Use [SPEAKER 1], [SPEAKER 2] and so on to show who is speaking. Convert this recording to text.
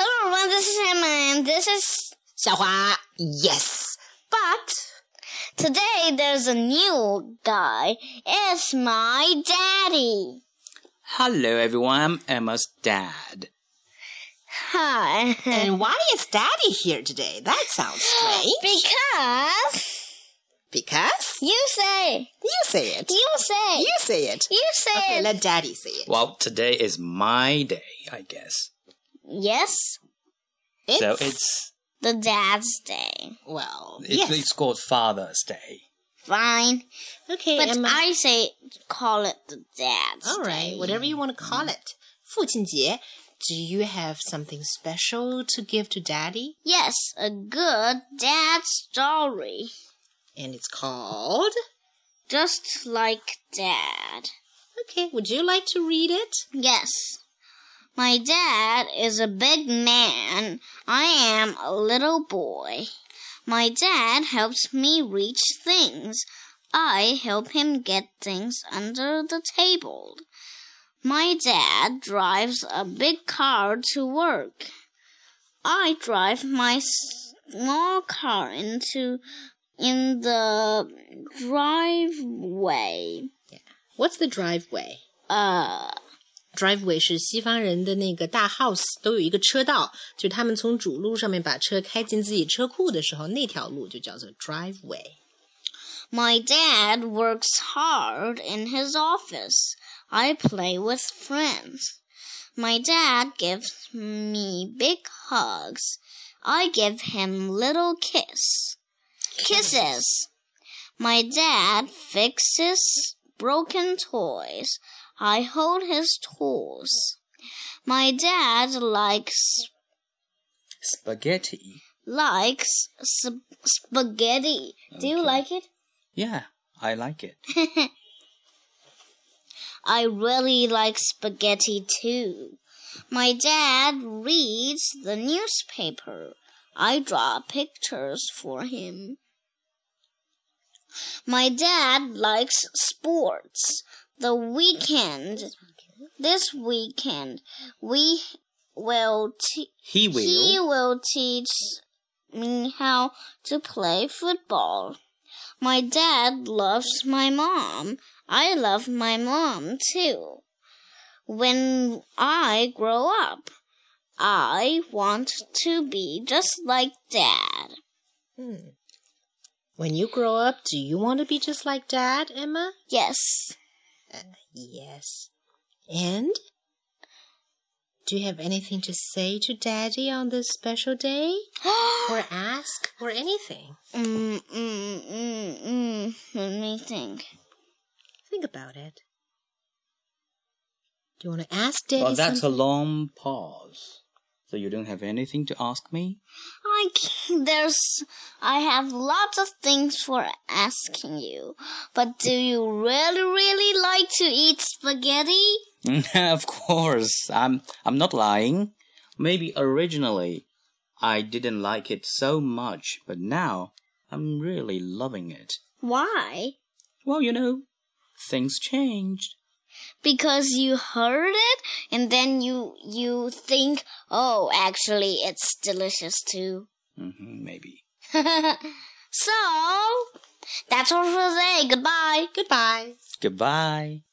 [SPEAKER 1] is him and this is.
[SPEAKER 2] Xiaohua, uh, yes. But
[SPEAKER 1] Today there's a new guy. It's my daddy.
[SPEAKER 3] Hello, everyone. I'm Emma's dad.
[SPEAKER 1] Hi.
[SPEAKER 2] and why is Daddy here today? That sounds strange.
[SPEAKER 1] because.
[SPEAKER 2] Because
[SPEAKER 1] You say.
[SPEAKER 2] you say it.
[SPEAKER 1] You say.
[SPEAKER 2] You say it.
[SPEAKER 1] You say.
[SPEAKER 2] Okay,
[SPEAKER 1] it.
[SPEAKER 2] let Daddy say it.
[SPEAKER 3] Well, today is my day, I guess.
[SPEAKER 1] yes.
[SPEAKER 2] It's,
[SPEAKER 3] so it's
[SPEAKER 1] The dad's day.
[SPEAKER 2] well,
[SPEAKER 3] it's,
[SPEAKER 2] yes.
[SPEAKER 3] it's called Father's Day.
[SPEAKER 1] Fine.
[SPEAKER 2] okay,
[SPEAKER 1] But
[SPEAKER 2] Emma. Oh.
[SPEAKER 1] I say call it the dad's
[SPEAKER 2] All right,
[SPEAKER 1] day.
[SPEAKER 2] whatever you want to call it. 父亲节, do you have something special to give to Daddy?
[SPEAKER 1] Yes, a good dad story.
[SPEAKER 2] And it's called.
[SPEAKER 1] Just like dad.
[SPEAKER 2] Okay, would you like to read it?
[SPEAKER 1] Yes. My dad is a big man. I am a little boy. My dad helps me reach things. I help him get things under the table. My dad drives a big car to work. I drive my small car into in the driveway.
[SPEAKER 2] What's the driveway?
[SPEAKER 1] Uh
[SPEAKER 2] Driveway 是西方人的那个大 house 都有一个车道，就是他们从主路上面把车开进自己车库的时候，那条路就叫做 driveway。
[SPEAKER 1] My dad works hard in his office. I play with friends. My dad gives me big hugs. I give him little kiss. Kisses. My dad fixes broken toys. I hold his tools. My dad likes
[SPEAKER 3] Spaghetti.
[SPEAKER 1] likes sp- spaghetti. Do you
[SPEAKER 3] Okay.
[SPEAKER 1] like it?
[SPEAKER 3] Yeah, I like it.
[SPEAKER 1] I really like spaghetti too. My dad reads the newspaper. I draw pictures for him. My dad likes sports. The weekend, this weekend, we will te-
[SPEAKER 3] He will.
[SPEAKER 1] he will teach me how to play football. My dad loves my mom. I love my mom too. When I grow up, I want to be just like dad.
[SPEAKER 2] When you grow up, do you want to be just like Dad, Emma? Uh,
[SPEAKER 1] Yes.
[SPEAKER 2] Yes. And do you have anything to say to Daddy on this special day, or ask, or anything?
[SPEAKER 1] mm, mm, mm, mm. Let me think.
[SPEAKER 2] Think about it. Do you want to ask Daddy?
[SPEAKER 3] well, that's a
[SPEAKER 2] something?
[SPEAKER 3] long pause. So you don't have anything to ask me?
[SPEAKER 1] I can, there's I have lots of things for asking you, but do you really really like to eat spaghetti?
[SPEAKER 3] of course. I'm I'm not lying. Maybe originally I didn't like it so much, but now I'm really loving it.
[SPEAKER 1] Why?
[SPEAKER 3] Well, you know, things changed.
[SPEAKER 1] Because you heard it and then you you think, "Oh, actually it's delicious too."
[SPEAKER 3] hmm maybe.
[SPEAKER 1] so, that's all for today. Goodbye.
[SPEAKER 2] Goodbye.
[SPEAKER 3] Goodbye.